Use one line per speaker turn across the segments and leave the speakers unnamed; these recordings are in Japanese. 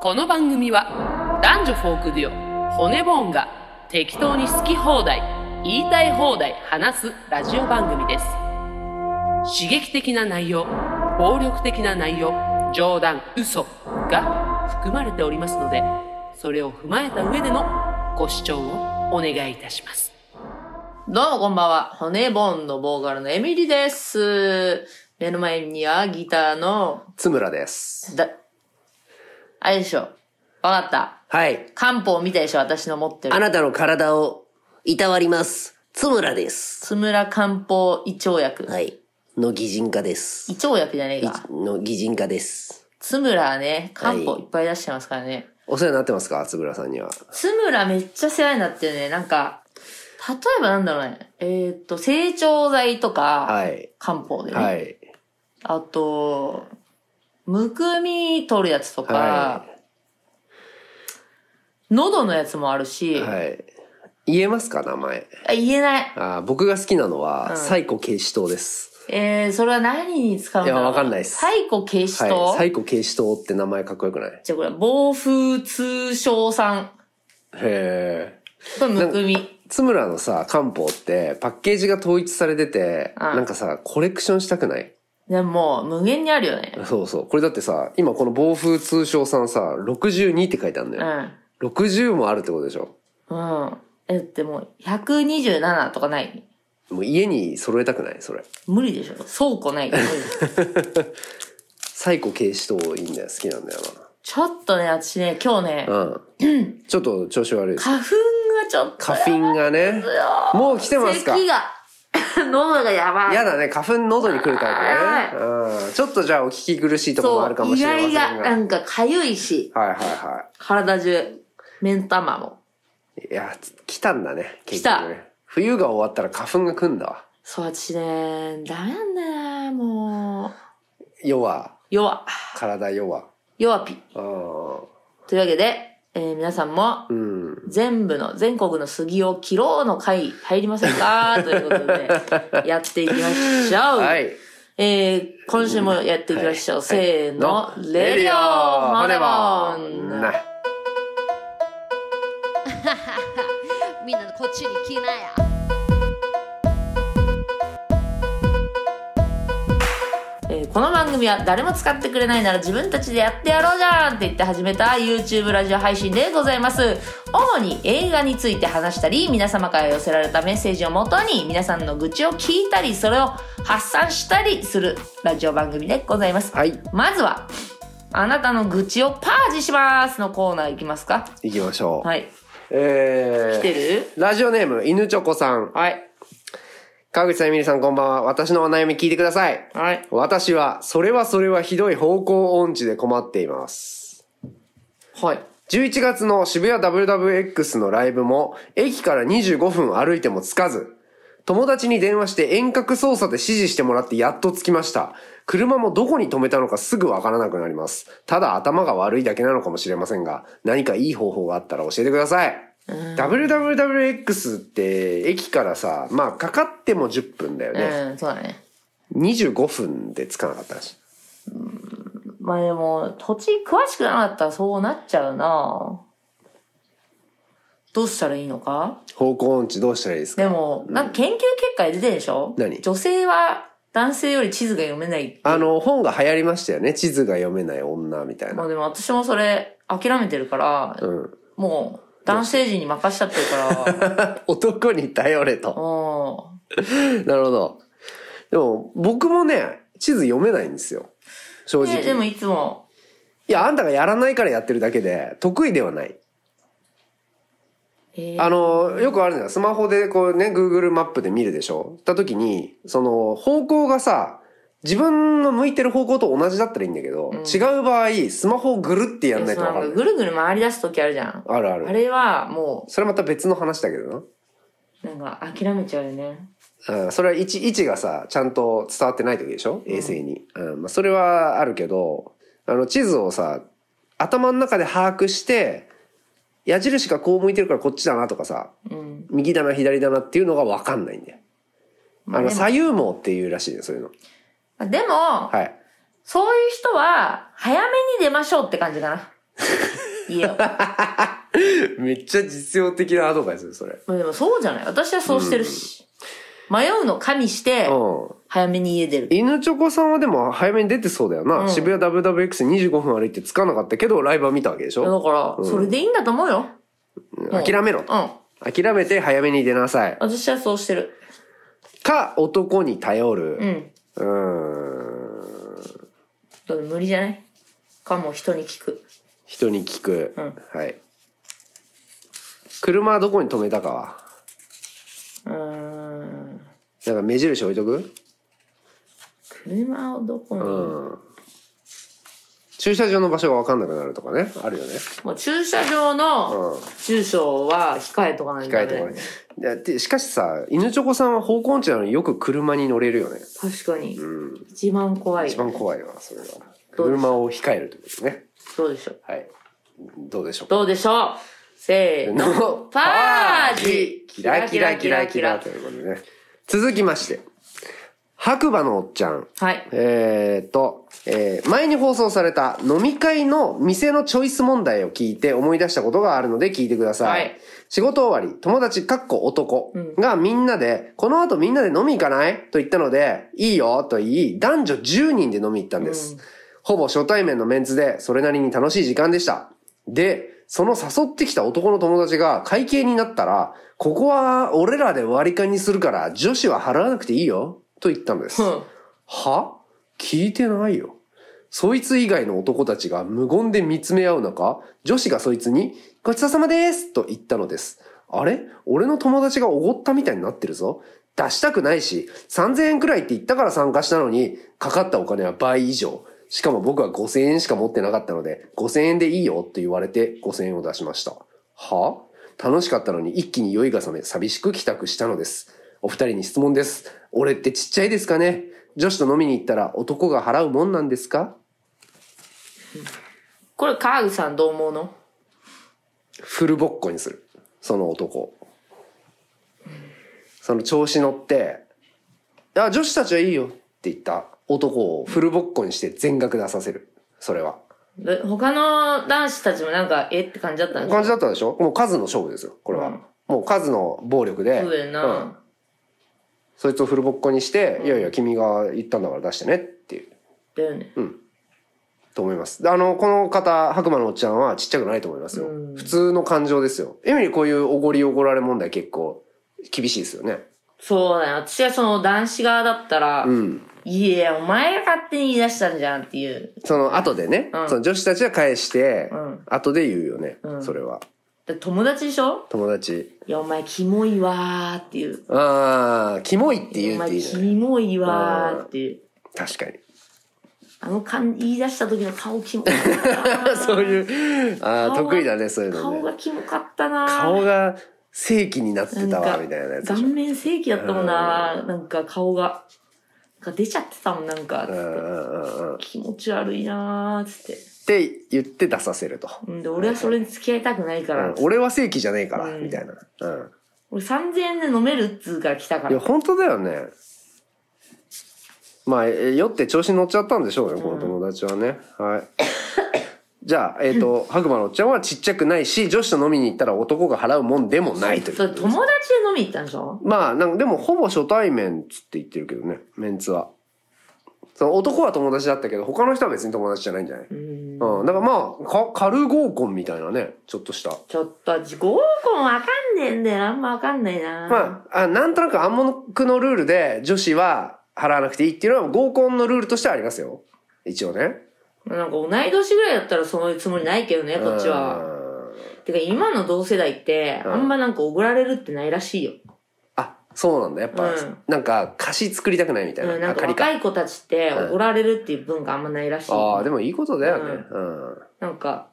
この番組は男女フォークデュオ骨ボーンが適当に好き放題言いたい放題話すラジオ番組です刺激的な内容暴力的な内容冗談嘘が含まれておりますのでそれを踏まえた上でのご視聴をお願いいたします
どうもこんばんは。骨ボンのボーカルのエミリです。目の前にはギターの、
つむらです。
だ、あれでしょ。わかった。
はい。
漢方見たでしょ、私の持って
あ
る。
なたの体をいたわります。つむらです。
つむら漢方胃腸薬。
はい。の擬人化です
胃。腸薬じゃねえか。
の擬人化です。
つむらはね、漢方
はい
いっぱい出してますからね。
お世話になってますかつむらさんには。
つむらめっちゃ世話になってるね。なんか、例えばなんだろうね。えーっと、成長剤とか、
はい。
漢方でね。
はい。
あと、むくみ取るやつとか、
は
喉のやつもあるし、
はい。言えますか名前。
あ言えない。
あー僕が好きなのは、
うん
サイコ警視糖です。
えー、それは何に使うんだろう
いやわかんないっす
サイコ消しと、
はい。サイコ警視糖って名前かっこよくないへ
じゃあこれ、暴風通商酸。
え。
これ、むくみ。
つむらのさ、漢方ってパッケージが統一されてて、
うん
なんかさ、コレクションしたくない
でももう、無限にあるよね。
そうそう。これだってさ、今この暴風通商さんさ、62って書いてあるんだ
う
よ。
ん。
60もあるってことでしょ。
うん。え、でも、127とかない
もう家に揃えたくないそれ。
無理でしょ倉庫ないから無 理でしょ
サイコ警視糖いいんだよ。好きなんだよ
ちょっとね、私ね、今日ね、
な。うん。ちょっと調子悪いです。
花粉がちょっと
花粉がね。もう来てますか
咳が喉が やばい
やだね。花粉喉に来るタイプ
や
ね。うん。ちょっとじゃあお聞き苦しいところもあるかもしれませんが。
そう意外がなんか痒いし
はいはいは
体中目ん玉も
い。いや、つ来たんだね。
来た
結局ね。冬が終わったら花粉が来んだわ。
そう私ねダメなんだよねもう
弱。
弱
体弱。
弱ピ
うん。
というわけで、えー皆さんも
うん。
全部の全国の杉を切ろうの会入りません かということでやっていきましょう、
はい。
えー、今週もやっていきましょう、
はい
せーの、レディオマネボン
ね
みんなこっちに来なや。
えーこの番組は誰も使ってくれないなら自分たちでやってやろうじゃんって言って始めた YouTube ラジオ配信でございます。主に映画について話したり、皆様から寄せられたメッセージをもとに皆さんの愚痴を聞いたり、それを発散したりするラジオ番組でございます。
はい、
まずは、あなたの愚痴をパージしますのコーナーいきますか
行きましょう。
はい。
えー、
来てる
ラジオネーム、犬チョコさん。
はい。
川口さん、エミリさん、こんばんは。私のお悩み聞いてください。
はい。
私は、それはそれはひどい方向音痴で困っています。
はい。
11月の渋谷 WWX のライブも、駅から25分歩いてもつかず、友達に電話して遠隔操作で指示してもらってやっと着きました。車もどこに止めたのかすぐわからなくなります。ただ頭が悪いだけなのかもしれませんが、何かいい方法があったら教えてください。WWWX って駅からさ、まあかかっても10分だよね。
うん、そうだね。
25分で着かなかったらしい。
まあでも、土地詳しくなかったらそうなっちゃうなどうしたらいいのか
方向音痴どうしたらいいですか
でも、なんか研究結果で出てるでしょ
何
女性は男性より地図が読めない。
あの、本が流行りましたよね。地図が読めない女みたい
ま
な。
あでも私もそれ諦めてるから、
うん。
もう男性陣に任しちゃってる から、
男に頼れと。
うん。
なるほど。でも、僕もね、地図読めないんですよ。正直。
ででもいつも、
いや、あんたがやらないからやってるだけで、得意ではない。
えー
あの、よくあるんだよ。スマホでこうね、Google マップで見るでしょた時に、その、方向がさ、自分の向いてる方向と同じだったらいいんだけど、
うん
違う場合、スマホをぐるってやんない
そ
と
う
わ
な
か
んか
んない。
ぐるぐる回り出す時あるじゃん。
あるあ
あ
る。
れはも
それまた別の話だけど
う、なんか諦めちゃうよね。
な。うん、それは位置、位置がさ、ちゃんと伝わってない時でしょ衛星に。うん、まあ、それはあるけど、あの、地図をさ、頭の中で把握して、矢印がこう向いてるからこっちだなとかさ、
うん。
右だな左だなっていうのが分かんないんだよ。
ま
あの、
でも
左右網っていうらしいね、そういうの。
でも、
はい。
そういう人は、早めに出ましょうって感じかな。いや、
めっちゃ実用的なアドバイスそれ。
まあでもそうじゃない私はそうしてるし。迷うの加味して、
うん。
早めに家出る。
犬チョコさんはでも早めに出てそうだよな。
うん
渋谷 WWX25 分歩いてつかなかったけど、ライブは見たわけでし
だ
ょ、
から、それでいいんだと思うよ。
うん諦めろ
う
と。
ん。
諦めて早めに出なさい。
私はそうしてる。
か、男に頼る
う。ん。
うーん。
だって無理じゃないかも人に聞く。
人に聞く。
う
はい。車はどこに止めたかは。
うーん。
なんか目印置いとく
車をどこに、
うん。駐車場の場所が分かんなくなるとかね。あるよね。
もう駐車場の住所は控えとかないん
控
だ
えても
ね
ね。だってしかしさ、犬チョコさんは方向音痴なのによく車に乗れるよね。
確かに、一番怖い
一番怖いわ、それは。
どうでし
車を控えるということですね。
どうでしょう
はい。どうでしょうか。
どうでしょうせーの
の
パージ
キラキラキラキラということでね。続きまして。白馬のおっちゃん。
はい
えー、と、えー前に放送された飲み会の店のチョイス問題を聞いて思い出したことがあるので聞いてください。
はい
仕事終わり、友達かっこ男がみんなで、この後みんなで飲み行かないと言ったので、いいよと言い、男女10人で飲み行ったんです。ほぼ初対面のメンツで、それなりに楽しい時間でした。で、その誘ってきた男の友達が会計になったら、ここは俺らで割り勘にするから、女子は払わなくていいよと言ったんです。
うん
は聞いてないよ。そいつ以外の男たちが無言で見つめ合う中、女子がそいつに、ごちそうさまですと言ったのです。あれ俺の友達がおごったみたいになってるぞ。出したくないし、3000円くらいって言ったから参加したのに、かかったお金は倍以上。しかも僕は5000円しか持ってなかったので、5000円でいいよって言われて5000円を出しました。は楽しかったのに一気に酔いが覚め、寂しく帰宅したのです。お二人に質問です。俺ってちっちゃいですかね女子と飲みに行ったら男が払うもんなんですか
これ川口さんどう思うの
フルボッコにする。その男をその調子乗って、あ、女子たちはいいよって言った男をフルボッコにして全額出させる。それは。
で他の男子たちもなんかえって感じだったんでしょ
感じだったでしょもう数の勝負ですよ、これは。
うん
もう数の暴力で。
そうだよな、
うんそいつをフルボッコにして、いやいや、君が言ったんだから出してねっていう、
だよね、
と思います。であの、この方、白馬のおっちゃんはちっちゃくないと思いますよ。
うん
普通の感情ですよ。エミリーこういうおごりおごられ問題結構厳しいですよね。
そうだよ私はその男子側だったら、
うん。
いやお前が勝手に言い出したんじゃんっていう
その後でね、
うん
その女子たちは返して、
うん
後で言うよね、
うん
それは。
で友達でしょ
友達。
いやお前キモいわーっていう
ああ、キモいって言うっていい
お
じゃ
前
ない
キモいわーっていう
確かに。
あの感言い出した時の顔キモ
そういう、ああ、
顔が
得意だね、そういうのね
顔。がキモかったな
顔
が
が正規になってたわ、みたいなやつでし
顔
ょ。
面正規だったもんななんか顔がなんか出ちゃってたもんなんかつっ
うんう
て
んうんうん。っ
気持ち悪いなーつって
て言って出させると。
うんで俺はそれに付き合いたくないから、
うん俺は正規じゃねえから、
うん
みたいな。うん。
俺3000円で飲めるっつうから来たか
いや、
ら
本当だよね。まあ、え酔って調子に乗っちゃったんでしょうね、この友達はね。はい。 じゃあ、えっ、と、 白馬のおっちゃんはちっちゃくないし、女子と飲みに行ったら男が払うもんでもないという
それ友達で飲み行ったんでしょ
まあ、なんかでもほぼ初対面っつって言ってるけどね、メンツは。その男は友達だったけど、他の人は別に友達じゃないんじゃない、
う
うんん、だからまあ、かカル合コンみたいなね、ちょっとした。
ちょっと自己合コンわかんねえんだよなあんまわかんないな
まあ、あなんとなく暗黙のルールで女子は払わなくていいっていうのは合コンのルールとしてはありますよ。一応ね。
なんか同い年ぐらいだったらそういうつもりないけどね、こっちは。てか今の同世代って、
うん
あんまなんかおごられるってないらしいよ。
あ、そうなんだ。やっぱ、
うん
なんか貸し作りたくないみたいな。
うん、なんか
あ借りか
若い子たちっておごられるっていう文化あんまないらしい。
ああ、でもいいことだよね。うん。
なんか、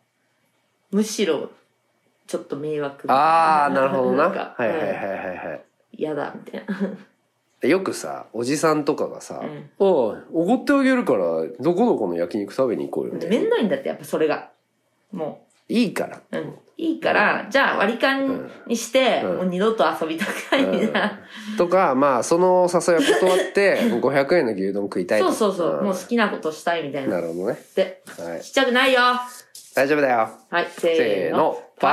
むしろ、ちょっと迷惑。
ああ、なるほどな。
んか
はいはいはい
うん
はいはい。
嫌だ、みたいな。
でよくさ、おじさんとかがさ、
うん
おいおごってあげるから、どこどこの焼肉食べに行こうよね。
めんどいんだって、やっぱそれが。も
いいから。
う、うん。いいから、じゃあ割り勘にして、
うん
もう二度と遊びたくないみたいな。
とか、まあ、その誘いは断って、500円 の牛丼食いたい
そ
と
うそうそう、
ん
もう好きなことしたいみたいな。
なるほどね。
で、
はい。
ちっちゃくないよ
大丈夫だよ。
はい、
せ
せ
ー
ー
の
の。。
パー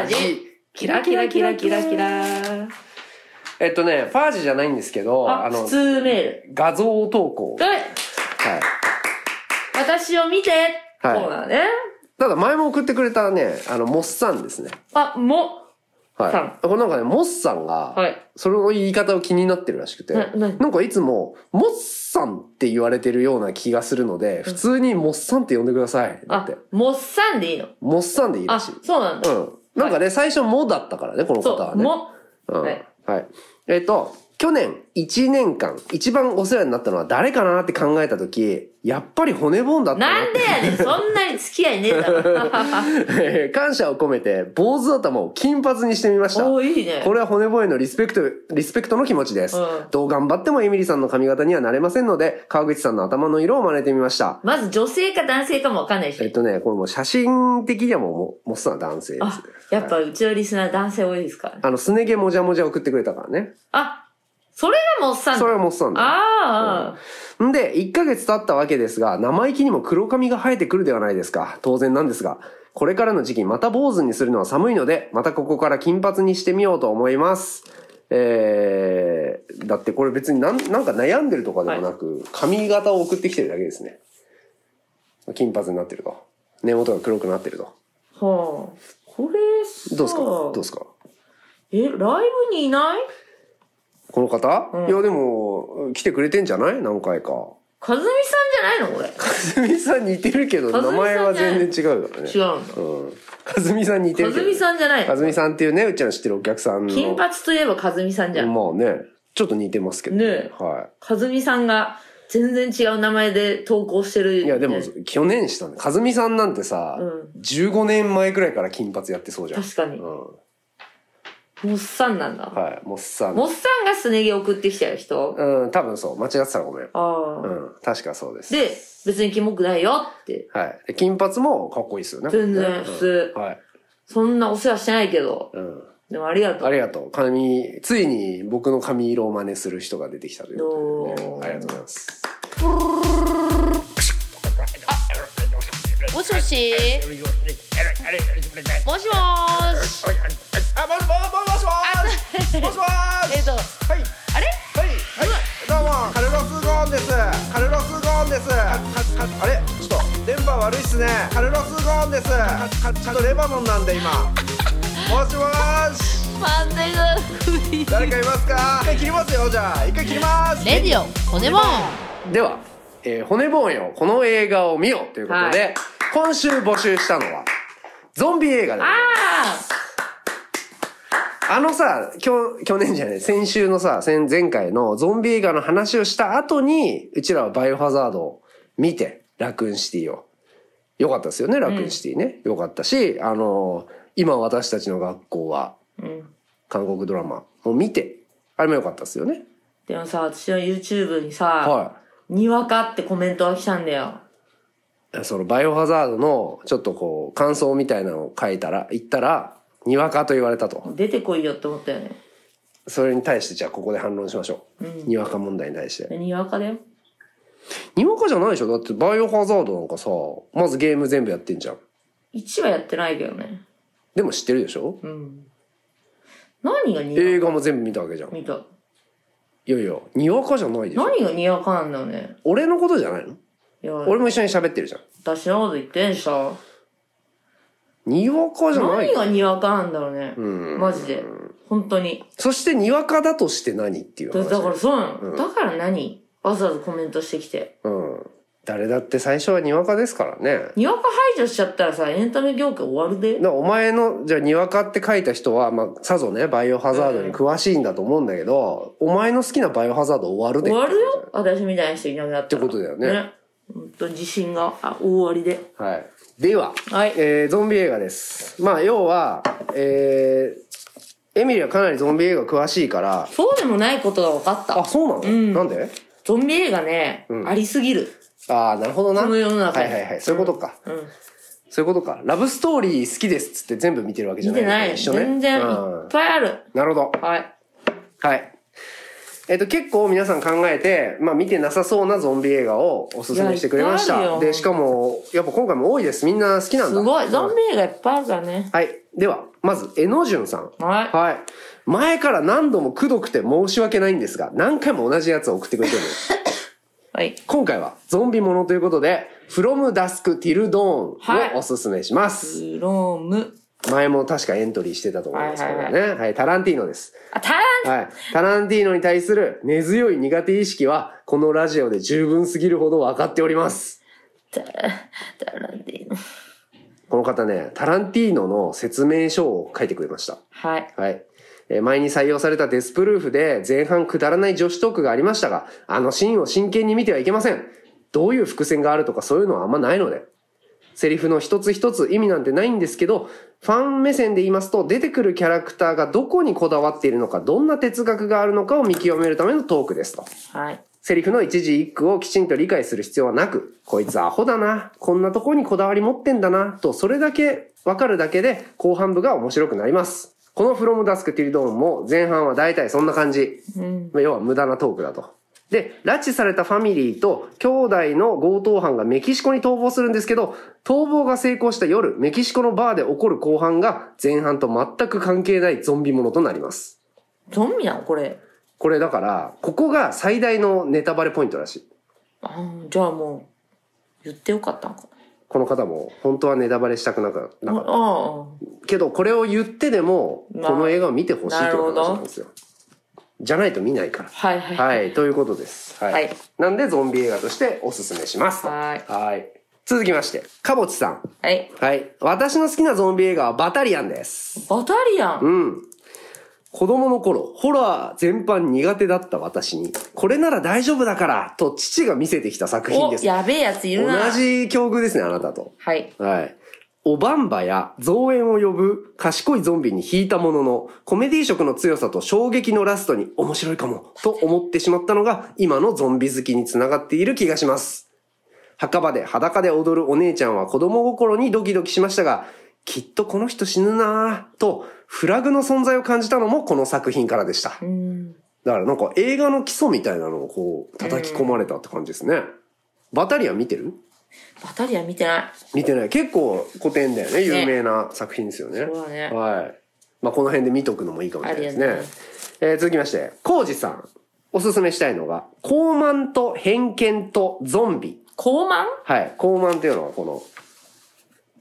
パー
ジ
ジキラキラキラキラキラ
えっとね、パージじゃないんですけど、あ
あ、
の
普、通メール。
画像投稿。はい。
はい、私を見てコ
はい
ーナーね。
ただ前も送ってくれたね、あの、モッサンですね。
あ、も、さん
はい。これなんかね、モッサンが、
はい。
その言い方を気になってるらしくて、
なな
なんかいつも、モッサンって言われてるような気がするので、普通にモッサンって呼んでください。だっ
あ
て、、
もっさんでいいの
モッサンでいいら
あ、
しい。
そうなん
う
だ。
ん。なんかね、最初、モだったからね、この
そ
方は
う、
ね。
も、
うんは
はいい。
えっ、と、去年1年間、一番お世話になったのは誰かなって考えたとき、やっぱり骨ボーンだったな
なんでやねん、そんなに付き合いねえ だろ。
って。 感謝を込めて、坊主頭を金髪にしてみました。
おーいいね。
これは骨棒へのリスペクト、リスペクトの気持ちです。
うん
どう頑張ってもエミリさんの髪型にはなれませんので、川口さんの頭の色を真似てみました。
まず女性か男性かもわかんないし。
えっとね、これもう写真的にはもう、もっさな男性です
あ。、やっぱうちのリスナー男性多いですからね。
あの、すね毛もじゃもじゃ送ってくれたからね。
あ、それがもっさん
それ
だ。
はもっさんだ。
あ
んで、1ヶ月経ったわけですが、生意気にも黒髪が生えてくるではないですか。当然なんですが。これからの時期、また坊主にするのは寒いので、またここから金髪にしてみようと思います。えー、だってこれ別になんなんか悩んでるとかでもなく、髪型を送ってきてるだけですね。金髪になってると。根元が黒くなってると。
あ。はあ。これさ
どうですかどうですか
え、ライブにいない
この方、
うん
いやでも、来てくれてんじゃない何 回か。
かずみさんじゃないのこれ。
かずみさん似てるけど、
かず
名
みさん
前は全然違うからね。
違うんだ。
うんかずみさん似てる
か
け
ず
ど
みさんじゃない
か
の
ずみさんっていうね、うちの知ってるお客さんの。
金髪といえばかずみさんじゃん。
まあね、ちょっと似てますけど
ねえ
は
かずみさんが全然違う名前で投稿してる。
い。いや、でも
ね、
去年したね。かずみさんなんてさ、
う
15年前くらいから金髪やってそうじゃん。
確かに
うん。
もっさんなんだ。
はい。もっさん。
もっさんがすね毛送ってきちゃう人
うん、多分そう。間違ってたらごめん。
ああ
う。ん。確かそうです。
で、別にキモくないよって。
はい。で金髪もかっこいいですよね。
全
う
然
ん
普通。
はい。
そんなお世話してないけど。
うん。
でもありがと
あ
う。
りがとう。髪、ついに僕の髪色を真似する人が出てきたということでね、
おー
ありがとうございます。
もしもしもしもーし
あ、もしももしもーし。もしもーし。
えっと
はい。
あれ
はい。はい。どうも、カルロスゴーンです。カルロスゴーンです。かかかあれ、ちょっと電波悪いっすね。カルロスゴーンです。かかちょっとレバノンなんで今。もしもーし。
パンデがクイ
誰かいますか。一回切りますよ。じゃあ、一回切ります。
レディオ骨もん
では、えー骨ボーンよ、この映画を見よということ
は
で、今週募集したのは、ゾンビ映画で
あ
ああのさ、今日、去年じゃない、先週のさ、先前回のゾンビ映画の話をした後に、うちらはバイオハザードを見て、ラクーンシティを。よかったですよね、ラクーンシティね。よかったし、あのー今私たちの学校は、
ーうん。
韓国ドラマを見て、あれもよかったですよね。
でもさ、私の YouTube にさ、
はい。
にわかってコメントが来たんだよ。
そのバイオハザードのちょっとこう感想みたいなのを書いたら言ったらにわかと言われたと
出てこいよって思ったよね。
それに対してじゃあここで反論しましょう、にわか問題に対して
にわかだよ。
にわかじゃないでしょだってバイオハザードなんかさまずゲーム全部やってんじゃん
1はやってないけどね。
でも知ってるでしょ、
うん。何がに
映
わか
画も全部見たわけじゃんい
見た。
やいやにわかじゃないでしょ
何がにわかなんだよね。
俺のことじゃないの
いや、
俺も一緒に喋ってるじゃん
私のこと言ってんしさ。
にわかじゃない
何がにわかなんだろうね。
うん
マジで。本当に。
そしてにわかだとして何っていう
だ
話
だからそうなの、
うん
だから何わざわざコメントしてきて。
うん誰だって最初はにわかですからね
にわか排除しちゃったらさ、エンタメ業界終わるで。
なお前の、じゃあ、にわかって書いた人は、まあ、さぞね、バイオハザードに詳しいんだと思うんだけど、お前の好きなバイオハザード終わるで。
終わるよ私みたいな人いなくなったら。
ってことだよね
本当に自信が、あ、大終わりで。
はい。では、
はい
えー、ゾンビ映画です。まあ、要は、えー、エミリはかなりゾンビ映画詳しいから、
そうでもないことが分かっ
あ、
た。
そうなの、
ん
なんで
ゾンビ映画ね、
ん
ありすぎる。
ああ、なるほどな。
この世の中
は
に
いはいはい。そういうことか。
うん。
そういうことか。ラブストーリー好きですっつって全部見てるわけじゃ
見
ない。
てない。
一緒ね。
全然い
うん
っぱいある。
なるほど。
はい。
はい。えっと、結構皆さん考えて、まあ見てなさそうなゾンビ映画をおすすめしてくれまし
いやいっぱいあ
た。
るよ
で、しかも、やっぱ今回も多いです。みんな好きなんだ。
すごい。ゾン
ビ
ビ映画いっぱいあるからね。
はい。では、まず、江野潤さん。
はい
はい。前から何度もくどくて申し訳ないんですが、何回も同じやつを送って くれてる。
はい。
今回はゾンビものということで、From Dusk Till Dawn を
はい
おすすめします。
スローム。
前も確かエントリーしてたと思いますけどね。
は
はいい
は
タランティーノです。
あ、タラン
はい。タランティーノに対する根強い苦手意識は、このラジオで十分すぎるほど分かっております。
タランティーノ。
この方ね、タランティーノの説明書を書いてくれました。
はい。
はい。えー前に採用されたデスプルーフで前半くだらない女子トークがありましたが、あのシーンを真剣に見てはいけません。どういう伏線があるとかそういうのはあんまないので。セリフの一つ一つ意味なんてないんですけど、ファン目線で言いますと、出てくるキャラクターがどこにこだわっているのか、どんな哲学があるのかを見極めるためのトークですと。
はい。
セリフの一字一句をきちんと理解する必要はなく、こいつアホだな、こんなとこにこだわり持ってんだな、とそれだけわかるだけで後半部が面白くなります。この From Dusk Till Dawn も前半は大体そんな感じ。
うん。
まあ要は無駄なトークだと。で、拉致されたファミリーと兄弟の強盗犯がメキシコに逃亡するんですけど、逃亡が成功した夜、メキシコのバーで起こる後半が前半と全く関係ないゾンビものとなります。
ゾンビなのこれ。
これだから、ここが最大のネタバレポイントらしい。
あーじゃあもう、言ってよかったんか
この方も本当はネタバレしたくなかった
な。ああ。
けどこれを言ってでもこ
まあ
の映画を見てほしいと
なる
い
ほ
う
ど
話なんですよじゃないと見ないから
はいはい。
はいということですはい、
はい
なんでゾンビ映画としておすすめします
はい
はい続きましてかぼちさん
はい。
はい私の好きなゾンビ映画はバタリアンです
バタリアン。
うん。子供の頃、ホラー全般苦手だった私に、これなら大丈夫だから、と父が見せてきた作品
お
で、す。
やべえやついるな。
同。じ境遇ですね、あなたと。
はい。
はい。おばんばや増援を呼ぶ賢いゾンビに引いたものの、コメディ色の強さと衝撃のラストに面白いかも、と思ってしまったのが、今のゾンビ好きにつながっている気がします。墓場で裸で踊るお姉ちゃんは子供心にドキドキしましたが、きっとこの人死ぬなぁ、と、フラグの存在を感じたのもこの作品からでした。
うん。
だからなんか映画の基礎みたいなのをこう、叩き込まれたって感じですね。バタリアン見てる
バタリアン見てない。
見てない結構古典だよね有名な作品ですよね
そうだね
はい、まあ、この辺で見とくのもいいかもしれないです
あ
ね
りがとう
えー続きましてコウジさんおすすめしたいのが「高慢と偏見とゾンビ
高慢」
はい高慢っていうのはこ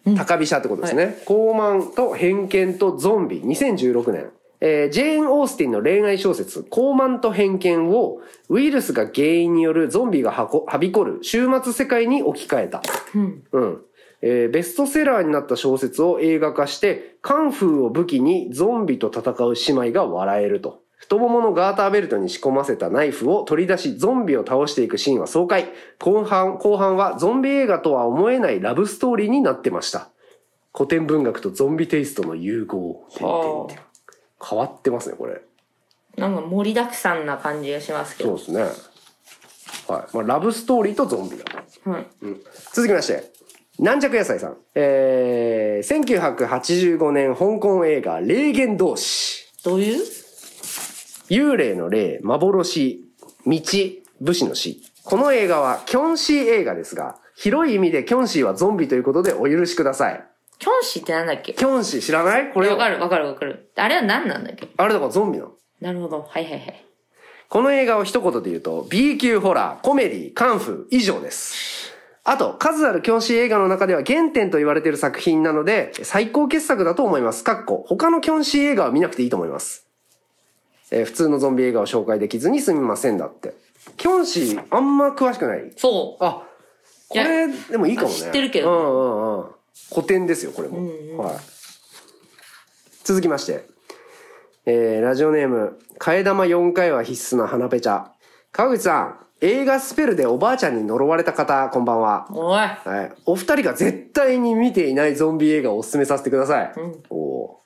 の高飛車ってことですね、高慢と偏見とゾンビ2016年えージェーン・オースティンの恋愛小説、高慢と偏見を、ウイルスが原因によるゾンビがはこはびこる終末世界に置き換えた。
うん。
うん。えーベストセラーになった小説を映画化して、カンフーを武器にゾンビと戦う姉妹が笑えると。太もものガーターベルトに仕込ませたナイフを取り出し、ゾンビを倒していくシーンは爽快。後半、後半はゾンビ映画とは思えないラブストーリーになってました。古典文学とゾンビテイストの融合。てんてん
は
てん変わってますね、これ。
あ。なんか盛りだくさんな感じがしますけ
そう
ど。
ですね。はい。まあ、ラブストーリーとゾンビだ。
はい。
続きまして軟弱野菜さんえー、1985年香港映画「霊言同士
どういう」
幽霊の霊幻道武士の死この映画はキョンシー映画ですが広い意味でキョンシーはゾンビということでお許しください
キョンシーってなんだっけ
キョンシー知らないこれ
わかるわかるわかる。あれは何なんだっけ
あれだからゾンビなの
なるほど。はいはいはい。
この映画を一言で言うと、B 級ホラー、コメディ、カンフー以上です。あと、数ある教師映画の中では原点と言われている作品なので、最高傑作だと思います。かっこ、他の教師映画は見なくていいと思います。えー普通のゾンビ映画を紹介できずにすみませんだって。キョンシー、あんま詳しくない
そ
あ、こ
いや
れ、でもいいかもね。
知ってるけど
うんうんうん。古典ですよ、これも。はい。続きまして。えー、ラジオネーム、替え玉4回は必須な花ペチャ。川口さん、映画スペルでおばあちゃんに呪われた方、こんばんは
う。。おい。
はい。お二人が絶対に見ていないゾンビ映画をおすすめさせてください。
うん
おお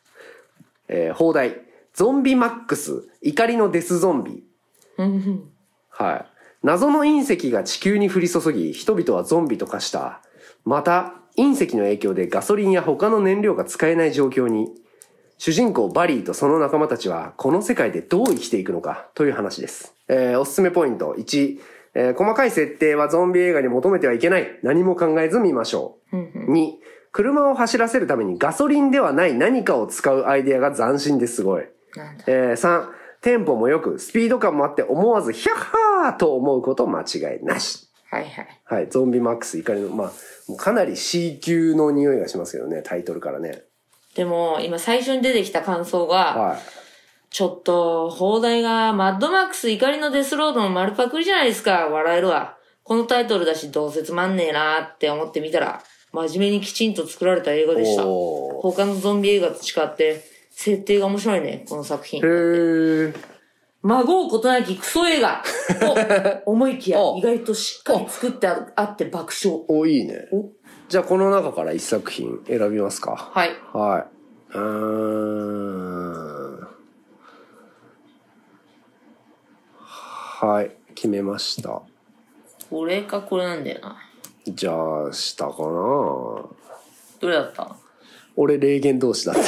ー。えー、放題。ゾンビマックス、怒りのデスゾンビ。
うん
はい。謎の隕石が地球に降り注ぎ、人々はゾンビと化した。また、隕石の影響でガソリンや他の燃料が使えない状況に、主人公バリーとその仲間たちは、この世界でどう生きていくのか、という話です。えーおすすめポイント1、えー細かい設定はゾンビ映画に求めてはいけない。何も考えず見ましょう。2、車を走らせるためにガソリンではない何かを使うアイデアが斬新ですごい。
なんだ
えー3、テンポも良く、スピード感もあって思わずヒャッハーと思うこと間違いなし。
はいはい。
はい、ゾンビマックス怒りの、まあ、もうかなり C 級の匂いがしますけどね、タイトルからね。
でも、今最初に出てきた感想が、
はい。
ちょっと、放題が、マッドマックス怒りのデスロードの丸パクリじゃないですか。笑えるわ。このタイトルだし、どうせつまんねえなーって思ってみたら、真面目にきちんと作られた映画でした。
お
他のゾンビ映画と違って、設定が面白いね、この作品。
ー。へー。
孫うことなきクソ映 画お思いきや、
お
意外としっかり作ってああって爆笑。
お、いいね
お。
じゃあこの中から一作品選びますか。
はい。
はい。うーん。はい。決めました。
これかこれなんだよな。
じゃあ、下かな
どれだった
俺、霊言同士だった。 キ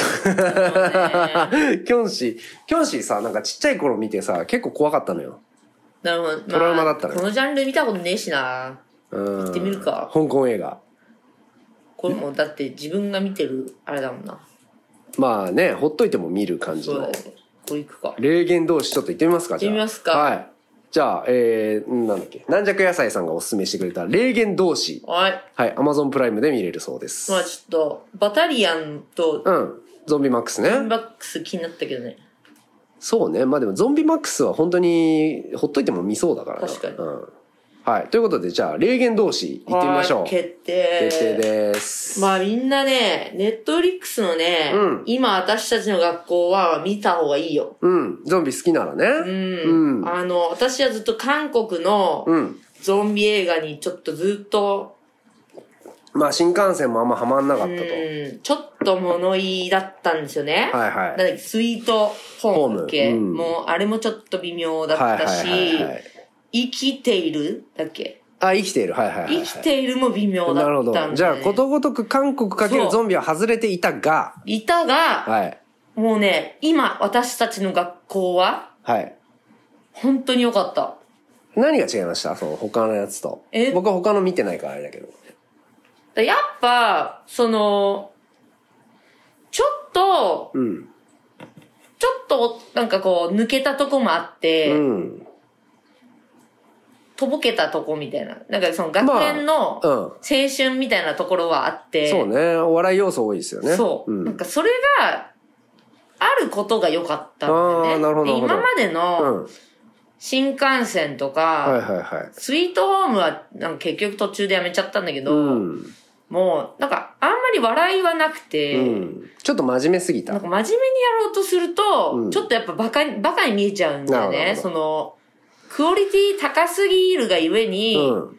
ョンシー、キョンシーさ、なんかちっちゃい頃見てさ、結構怖かったのよ。
なるほど。まあ
トラウマだったね
このジャンル見たことねえしな。
うん。
行ってみるか
香港映画。
これもだって自分が見てるあれだもんな。
まあね、ほっといても見る感じ
そうだ
の
よ。。これいくか。
霊言同士ちょっと行ってみますかじゃあ
行ってみますか
はい。じゃあ、えー、なんだっけ。軟弱野菜さんがおすすめしてくれた霊言同士。
はい。
はい、アマゾンプライムで見れるそうです。
まあちょっと、バタリアンと
うん。ゾンビマックス
ゾンビ
ね。
マックス気になったけどね。
そうね。まあでもゾンビマックスは本当にほっといても見そうだからな
確かに
うん。はい。ということで、じゃあ、霊言同士行ってみましょう。
はい
決
決定。
定です。
まあみんなね、ネットフリックスのね、
うん
今私たちの学校は見た方がいいよ。
うん。ゾンビ好きならね。
うん。
うん
あの、私はずっと韓国の
うん。
ゾンビ映画にちょっとずっと、
まあ、新幹線もあんまハマんなかっ
う
たと。
ん、ちょっと物言いだったんですよね。
はい
なん
は
だ
い。
っけ、スイートホーム系、
ホームうん
もうあれもちょっと微妙だ
は
っ
い
たし、
はいはいはい。
生きているだっけ
あ、生きている。はいはいはい、はい。
生きているも微妙だ
なるほ
っ
ど
たん。
じ
だ
ゃ
よ
あ、
ね
ことごとく韓国かけるゾンビは外れていたが、
いたが、
はい。
もうね、今私たちの学校は
はい。
本当に良かった。
何が違いましたその他のやつと
え。
僕は他の見てないからあれだけど。
だやっぱ、その、ちょっと、
うん。
ちょっと、なんかこう、抜けたとこもあって、
うん。
とぼけたとこみたいな。なんかその学園の
まあうん
青春みたいなところはあって、
そうね。お笑い要素多いですよね。
そう。
ん
なんかそれが、あることが良かったんだ
あ
よ
ー
ね。
なるほど
で
なるほど
今まで
うん。
の新幹線とか、
はいはいはい。
スイートホームはなんか結局途中でやめちゃったんだけど、
うん。
もうなんかあんまり笑いはなくて、
うん。ちょっと真面目すぎ
な
た
んか。真面目にやろうとすると、
うん
ちょっとやっぱバカに、バカに見えちゃうんだよ
なる
ね。
ほど
その、クオリティ高すぎるがゆえに、
うん。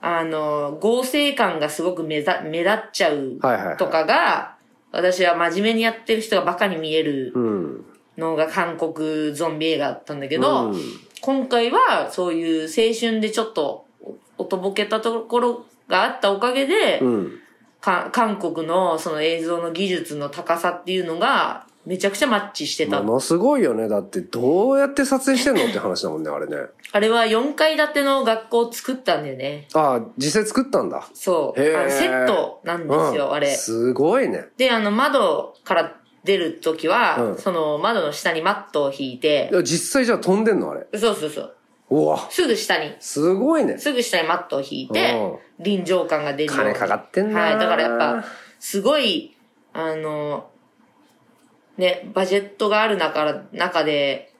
あの、合成感がすごく目ざ目立っちゃう
はいはいはい
とかが、私は真面目にやってる人がバカに見える
うん。
のが韓国ゾンビ映画だったんだけど、
うん
今回はそういう青春でちょっとおおとぼけたところがあったおかげで、
うん。
か韓国のその映像の技術の高さっていうのがめちゃくちゃマッチしてた。
ものすごいよね。だって、どうやって撮影してんのって話だもんね、あれね。
あれは4階建ての学校を作ったんだよね。
ああ、実際作ったんだ。
そう。
へー
あのセットなんで
うん
すよ、あれ。
すごいね。
で、あの窓から出るときは、
うん
その窓の下にマットを引いて
い、や実際じゃあ飛んでんのあれ。
そうそうそう。
うわ、
すぐ下に、
すごいね。
すぐ下にマットを引いて
うん、
臨場感が出るように
金かかってんな
はい。だからやっぱ、すごい、あの、ね、バジェットがある中中で、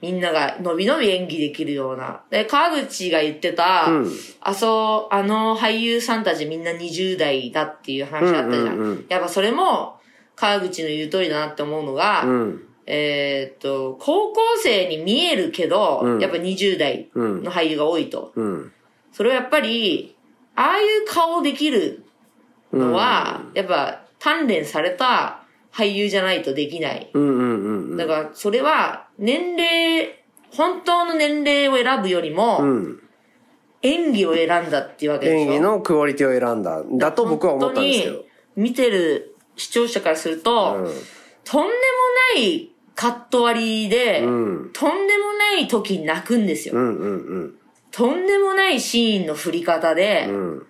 みんなが伸び伸び演技できるような。で、川口が言ってた、
うん
あそう、あの俳優さんたちみんな20代だっていう話あったじゃん。
うんうんうん
やっぱそれも、川口の言う通りだなって思うのが、
うん。
えーっと、高校生に見えるけど、
うん
やっぱ20代の俳優が多いと。
うん。
それはやっぱり、ああいう顔できるのは、やっぱ鍛錬された俳優じゃないとできない。
うんうんうんうん。
だから、それは、年齢、本当の年齢を選ぶよりも、
うん。
演技を選んだっていうわけでしょ。
演技のクオリティを選んだ。だと僕は思ったんですけ
本
ど
当に。見てる視聴者からすると、
うん
とんでもないカット割りで、
うん
とんでもない時に泣くんですよ。
うんうんうん
とんでもないシーンの振り方で、
うん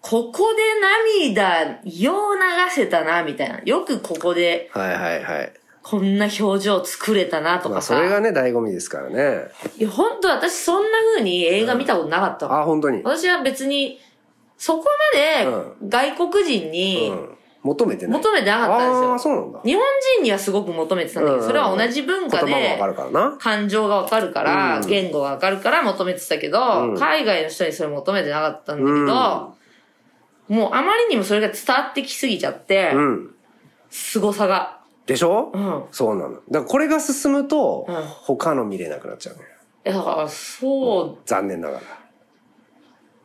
ここで涙、よう流せたな、みたいな。よくここで、
はいはいはい
こんな表情作れたな、と
ま
か
あ
さ。
それがね醍醐味ですからね
いや、本当私そんな風に映画見たことなかったわ、
あ本当に
私は別に、そこま
う
で外国人
う
に
ん求めてない
求めてなかったんですよ。
ああそうなんだ
日本人にはすごく求めてたんだけ
うん
ど、
うん
それは同じ文化
言葉もわ
で
か、るからな
感情がわかるから、
うん
言語がわかるから求めてたけど、
うん
海外の人にそれ求めてなかったんだけど、もうあまりにもそれが伝わってきすぎちゃって、
うん
凄さが。
でしょ
うん。
そうなのだからこれが進むと
うん
他の見れなくなっちゃうね
えだから、そう、
残念ながら
だか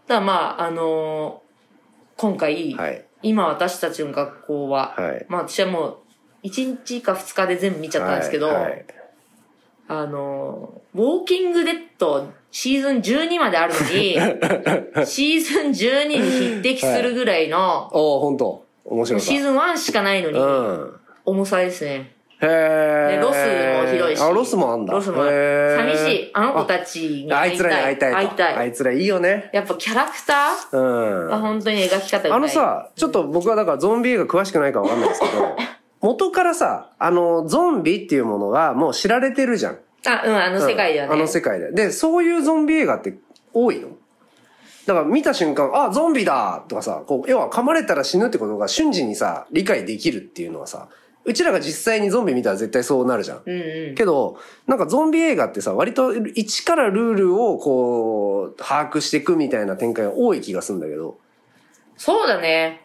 らまあ、あのー今回、
はい
今私たちの学校は、
はい
まあ私はもう、1日か2日で全部見ちゃったんですけど、
はいはい
あのー、ウォーキングデッド、シーズン12まであるの に、シーズン12に匹敵するぐらいの、
おお本当面白かった
シーズン1しかないのに、
うん
重さですね。
へ
で
え
ロスも広いし
あロスもあんだ
ロスもある
へー
寂しい。あの子たちに
ああ
会
い
い
つ
た
らに
い。
会いたいとあ
会い
いつらいいよね
たいやっぱキャラクタ
う
ーが
ん
本当に描き方がうまい。
あのさちょっと僕はだからゾンビ映画詳しくないからわかんないですけど元からさあのゾンビっていうものがもう知られてるじゃん
あ、うん、あの世界ではね。
うんあの世界で。で、そういうゾンビ映画って多いのだから見た瞬間、あ、ゾンビだとかさ、こう、要は噛まれたら死ぬってことが瞬時にさ、理解できるっていうのはさ、うちらが実際にゾンビ見たら絶対そうなるじゃん。
うんうん。
けど、なんかゾンビ映画ってさ、割と一からルールをこう、把握していくみたいな展開が多い気がするんだけど、
そうだね。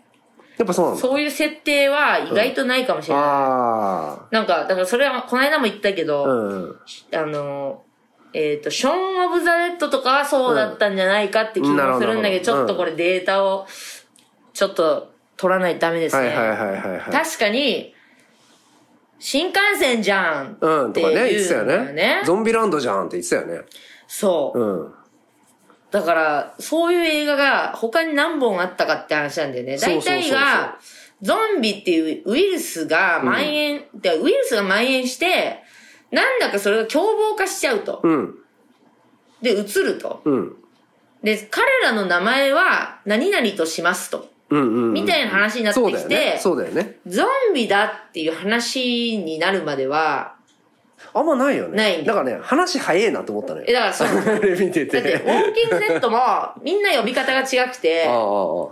やっぱそうなんだ。
そういう設定は意外とないかもしれない。
あ
なんか、だからそれは、この間も言ったけ
あ。
ど、
うん。
あの、えっ、と、ショーン・オブ・ザ・レッドとかはそうだったんじゃないかって気
うんなる
も
ほ
す
ど
るんだけど、ちょっとこれデータを、ちょっと取らないとダメです
は
ね。
いはいはいはいはい。
確かに、新幹線じゃんっていう
うん、とかね、言ってたよ
の
ね。ゾンビランドじゃんって言ってたよね。
そう。
うん。
だから、そういう映画が他に何本あったかって話なんだよね。
そうそ
大
うそう
体が、ゾンビっていうウイルスが蔓延、でウイルスが蔓延して、なんだかそれが凶暴化しちゃうと。
うん。
で、移ると。
うん。
で、彼らの名前は何々としますと。
うんうんうん
みたいな話になってきて
そうだよねそうだよね
ゾンビだっていう話になるまでは、
あんまないよね
ない
だからね話早えなと思ったね
え、だからその、だっ
あれ 見てて
て、ウォーキングデッドもみんな呼び方が違くて
ああ、ああああ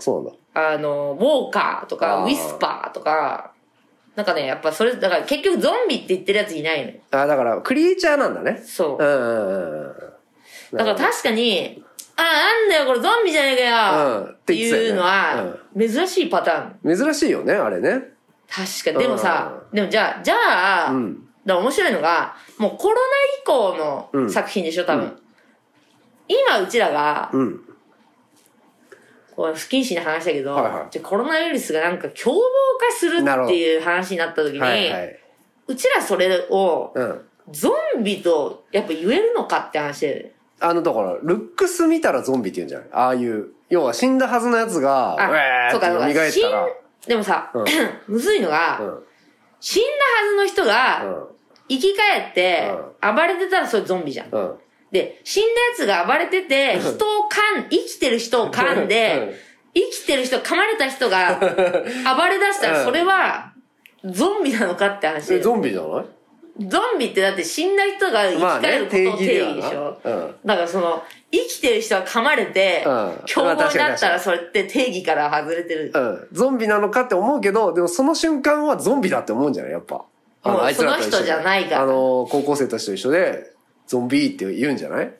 そうなんだ
あの、ウォーカーとか、
あー
ウィスパーとか、なんかね、やっぱそれ、だから結局ゾンビって言ってるやついないのよ。
あーだからクリーチャーなんだね
そう
う。んうんうんうん
だから確かに、あ、なんだよ、これゾンビじゃねえかよ、
うん
っていうの
って言ってたよ
は
ね、
珍しいパターン。
珍しいよねあれね
確かに。でもさ、でもじゃあ、じゃあ、
うん
だから面白いのが、もうコロナ以降の作品でしょ、多分。今、うちらが、
うん
こう不謹慎な話だけど、
はいはい
じゃあコロナウイルスがなんか凶暴化する
なる
っ
ほ
て
ど
いう話になった時に、
はいはいう
ちらそれを、
うん
ゾンビとやっぱ言えるのかって話だよね。
あのだからルックス見たらゾンビって言うんじゃないああいう要は死んだはずのやつが
あ
うえー
そ
っ
うか、そうか。
て蘇
死ん
ったら
でもさ、
うん
むずいのが、
うん
死んだはずの人
う
が、
ん
生き返って、暴れてたらそれゾンビじゃん。
うん
で、死んだやつが暴れてて、人を噛ん、生きてる人を噛ん
うん
で、生きてる人、噛まれた人が暴れ出した
う
ら、
ん
それは、ゾンビなのかって話
え
で。ゾ
ゾンビじゃない
ンビってだって死んだ人が生
まあ
き返
ね
ること
定
を
義
定
では
義で
な
しょ。
うん
だからその、生きてる人は噛まれて
うん、
凶暴に
まあ確かに
なっ
確
た
からに
それって定義から外れてる。
うん、ゾンビなのかって思うけど、でもその瞬間はゾンビだって思うんじゃないやっぱ。あ
もう
あいつらと一緒で
その人じゃないから
あの、高校生たちと一緒で、ゾンビって言うんじゃない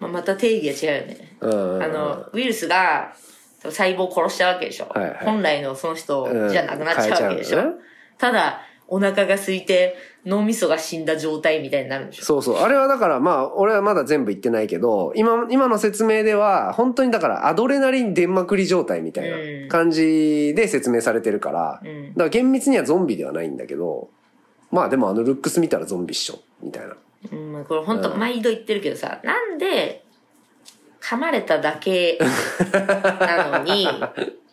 まあまた定義が違うよね。
うん。
あの、ウイルスが、細胞を殺しちゃうわけでしょ。
はいはい
本来のその人
うん、
じゃなくなっちゃうわけでしょ。
変えちゃうのね
ただ、お腹が空いて、脳みそが死んだ状態みたいになるんでしょ。
そうそう。あれはだから、まあ、俺はまだ全部言ってないけど、今、今の説明では、本当にだから、アドレナリン出まくり状態みたい
うん
な感じで説明されてるから、
ん
だから厳密にはゾンビではないんだけど、まあでもあのルックス見たらゾンビっしょ、みたいな。
うん、まあこれ本当毎度言ってるけどさ、 なんで、噛まれただけなのに、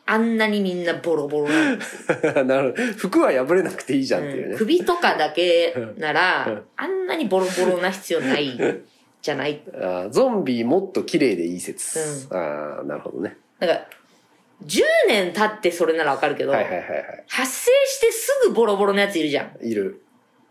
あんなにみんなボロボロなんですよ、
な るほど服は破れなくていいじゃんっていう
うん
ね、
首とかだけな
う
ら
ん、
あんなにボロボロな必要ないじゃない。
あーゾンビもっと綺麗でいい説、ああなるほどね
なんか、10年経ってそれならわかるけど、
はいはいはいは
発生してすぐボロボロのやついるじゃん。
いいる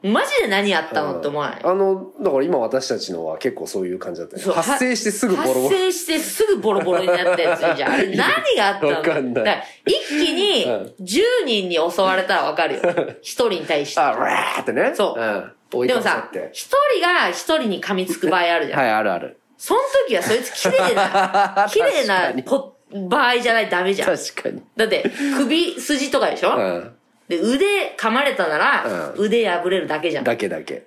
マジで何あったのって思わない
あのだから今私たちのは結構そういう感じだったね
そう
発生してすぐボロボ
発
ロ
生してすぐボロボロになったやついるじゃん。あれ何があったの
わかんない
だら一気に
うん
10人に襲われたらわかるよ。1人に対して。
あわーってね、
そう
ん、追い
で
か
も
ぶさ
さ
っ、
1
て
人が1人に噛みつく場合あるじゃん。
はいあるある
その時はそいつ綺麗 な、 綺麗なこ場合じゃないとダメじゃん。
確かに
だって首筋とかでしょ、
うん
で腕噛まれたなら、
うん
腕破れるだけじゃん。全
だけだけ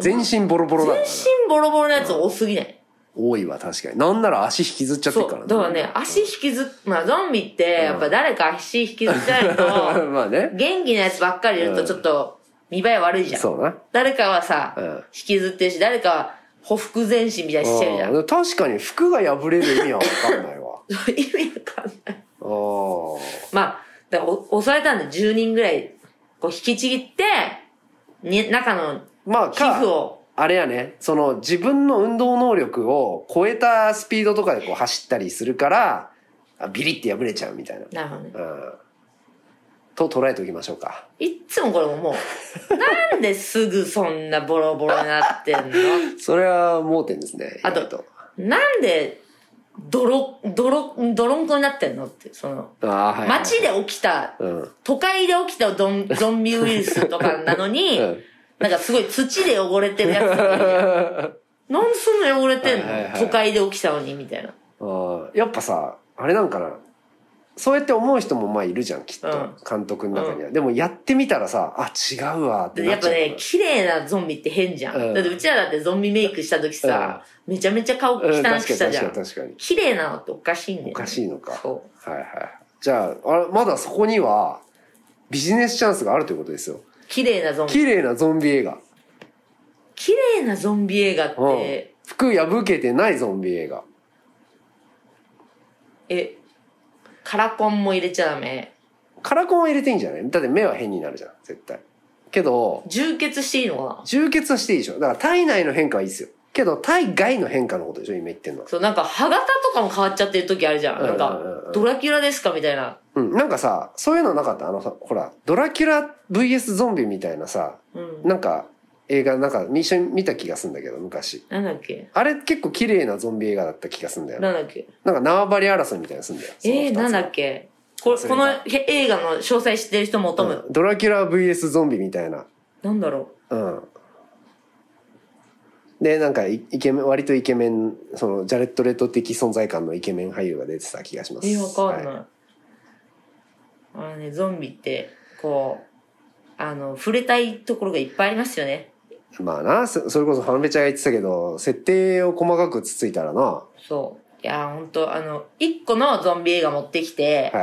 全身ボロボロだからな
身ボロボロのやつ多すぎない
多いわ確かになんなら足引きずっちゃって
そ
るから
う。だからね、足引きずっ、まあゾンビって、やっぱ誰か足引きずってない と、
まあね
元気なやつばっかりいるとちょっと見栄え悪いじゃん。
そうな
誰かはさ、
うん
引きずってるし、誰かはほふ前進みたいにしてるじゃん。
あー確かに服が破れる意味は分かんな いわ
意味わかんない。
あー
まあ、だからお襲われたんで10人ぐらい、こう引きちぎって、に中の
まあ
皮
か
膚を、
あれやねその自分の運動能力を超えたスピードとかでこう走ったりするからあビリって破れちゃうみたい
な
な
るほどね。
うんと捉えておきましょうか
いっつもこれももう、 なんですぐそんなボロボロになってんの
それは盲点ですね
あと
意外
なんで、泥、泥、泥んこになってんのって、その、
あーはいはい
街で起きた、
うん
都会で起きたゾンゾンビウイルスとかなのに、
うん
なんかすごい土で汚れてるやつと かいるじゃん。なんでそんな汚れてんの、
はいはいはい
都会で起きたのに、みたいな。
あーやっぱさあれなんかなそうやって思う人もまあいるじゃんきっと、
うん
監督の中には、でもやってみたらさあ違うわって
で
な
や
っ
っ
ちゃ
ぱ
う
ね、綺麗なゾンビって変じゃん。
うん
だってうちらだってゾンビメイクした時さ、めちゃめちゃ顔汚
う
く
ん、確か
し
に
た
確
じゃ
かに
ん。
確かに
綺麗なのっておかしいんだよ、ね。
おかしいのか
そ
はいはいじゃああれまだそこにはビジネスチャンスがあるということですよ
綺麗なゾンビ。
綺麗なゾンビ映画、
綺麗なゾンビ映画っ
うん
て、
服破けてないゾンビ映画
え、カラコンも入れちゃダメ。
カラコンは入れていいんじゃないだって目は変になるじゃん絶対けど
充血していいのかな
充血はしていいでしょだから体内の変化はいいですよけど体外の変化のことでしょ今言ってんのは
そう、なんか歯型とかも変わっちゃってる時あるじゃん。なんか
うんうんうん、
ドラキュラですかみたいな。
うん、なんかさ、そういうのなかったあのさ、ほら、ドラキュラ VS ゾンビみたいなさ、
うん。
なんか映画なんか一緒に見た気がするんだけど、昔。
なんだっけ
あれ結構綺麗なゾンビ映画だった気がするんだよ。
なんだっけ
なんか縄張り争いみたいなのすんだよ。
えー、
その二
な
つ
んだっけこ
忘れた
このへ映画の詳細知ってる人求む。
うんドラキュラ VS ゾンビみたいな。
なんだろ
うん。で、なんかイイケメン、割とイケメン、そのジャレット・レッド的存在感のイケメン俳優が出てた気がしま
う
す。
えー、わかんない。
は
あのね、ゾンビって、こう、あの、触れたいところがいっぱいありますよね。
いまあな、そそれこそファンベチャーが言ってたけど、設定を細かくつついたらな、は
そう。いやー、ほんと、あの、一個のゾンビ映画持ってきて、
い。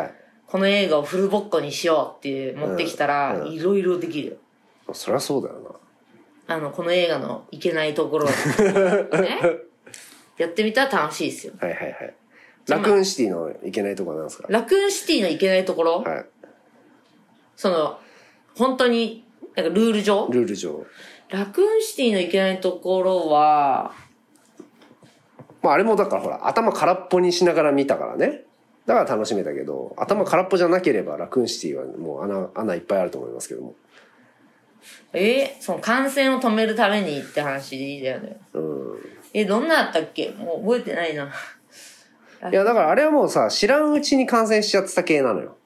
この映画をフルボッコにしようっていう持ってきたら、
うんうん
いろいろできるよ。
そりゃそうだよな。
あの、この映画のいけないところ、 ね、やってみたら楽しいですよ。
はいはいはい。ラクーンシティのいけないところなんですか
ラクーンシティのいけないところ、
はい。
その、本当に、なんかルール上
ルール上。
ラクーンシティのいけないところは、
まああれもだからほら、頭空っぽにしながら見たからね。だから楽しめたけど、頭空っぽじゃなければラクーンシティはもう穴、穴いっぱいあると思いますけども。
えーその感染を止めるためにって話だよね。
うん。
え、どんなだったっけもう覚えてないな。
いやだからあれはもうさ、知らんうちに感染しちゃってた系なのよ。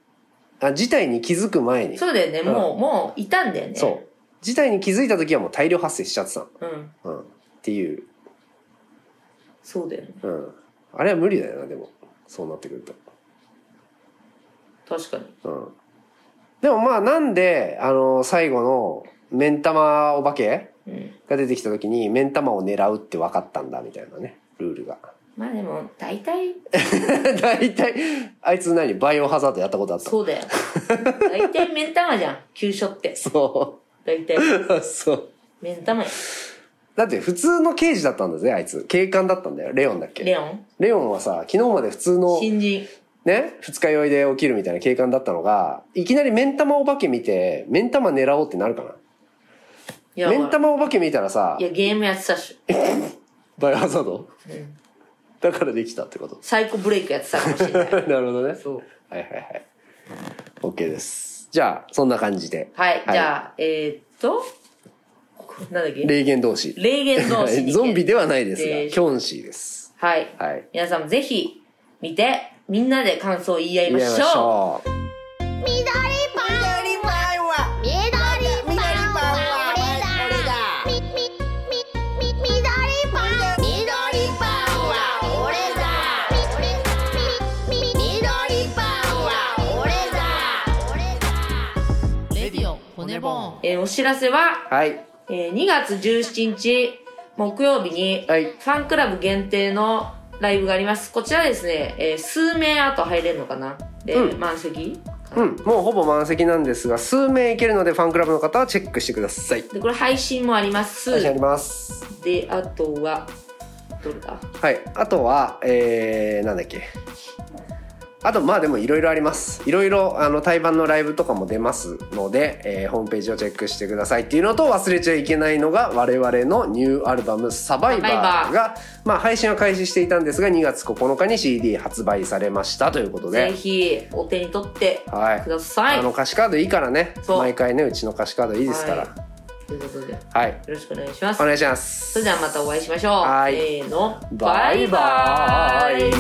あ、事態に気づく前に。
そうだよね、もう、もういたんだよね。
そう。事態に気づいた時はもう大量発生しちゃってたの。
う。うん。
うん。っていう。
そうだよね。
うん。あれは無理だよな、でも。そうなってくると。
確かに。
うんでもまあなんで、あの、最後の、目ん玉お化け
うん。
が出てきた時に、目ん玉を狙うって分かったんだ、みたいなね、ルールが。
まあでも、大体、
大体、あいつ何バイオハザードやったことあった
そうだよ。大体、目ん玉じゃん。急所って。
そ
大体、
う。 そう。
目ん玉や。
だって普通の刑事だったんだぜ、あいつ。警官だったんだよ。レオンだっけ
レオン
レオンはさ、昨日まで普通の
新人。
ね、二日酔いで起きるみたいな景観だったのが、いきなり目ん玉お化け見て、目ん玉狙おうってなるか
いや
な。目ん玉お化け見たらさ
い、やゲームやってたっしょ
バイオハザード、だからできたってこと。
サイコブレイクやってたかもしれない
なるほどね。
そう
はいはいはい。OK です。じゃあ、そんな感じで。
はい、じ
あ。
ゃあえー、っとこなんだっけ
霊言同士。
霊言同士
ゾンビではないですが、
えー
キョンシーです。
はい、
はい。
皆さんもぜひ見てみんなで感想を言い合いましょう
やりましょう。
緑パン緑パンは緑パンは俺だみみみみ緑パン緑パンは俺だみみみみ緑パンは俺だ俺だ
レディオ骨ボーン
えーお知らせは、
はい。
えー2月17日木曜日に、
はい
ファンクラブ限定のライブがあります。こちらですね、えー数名あと入れるのかなで、
うん
満席
うん、もうほぼ満席なんですが、数名いけるのでファンクラブの方はチェックしてください。
で、これ配信もあります。
私あります。
で、あとは、どれだ
はい。あとは、えー、なんだっけ。あと、まあでもいろいろあります。いろいろ、あの、対バンのライブとかも出ますので、えーホームページをチェックしてくださいっていうのと、忘れちゃいけないのが、我々のニューアルバム、サバイ
サバ
バ
イバ
ー
ー
が、まあ配信は開始していたんですが、2月9日に CD 発売されましたということ
ぜ
で。
ひ、お手に取って
はい
く。ださい。
あの、歌詞カードいいからね。
そう
毎回ね、うちの歌詞カードいいですから。
ということで、よ
はい。
ろしくお願いします
お。願いします。
それではまたお会いしましょう。
はい
せーの、
バイバーイ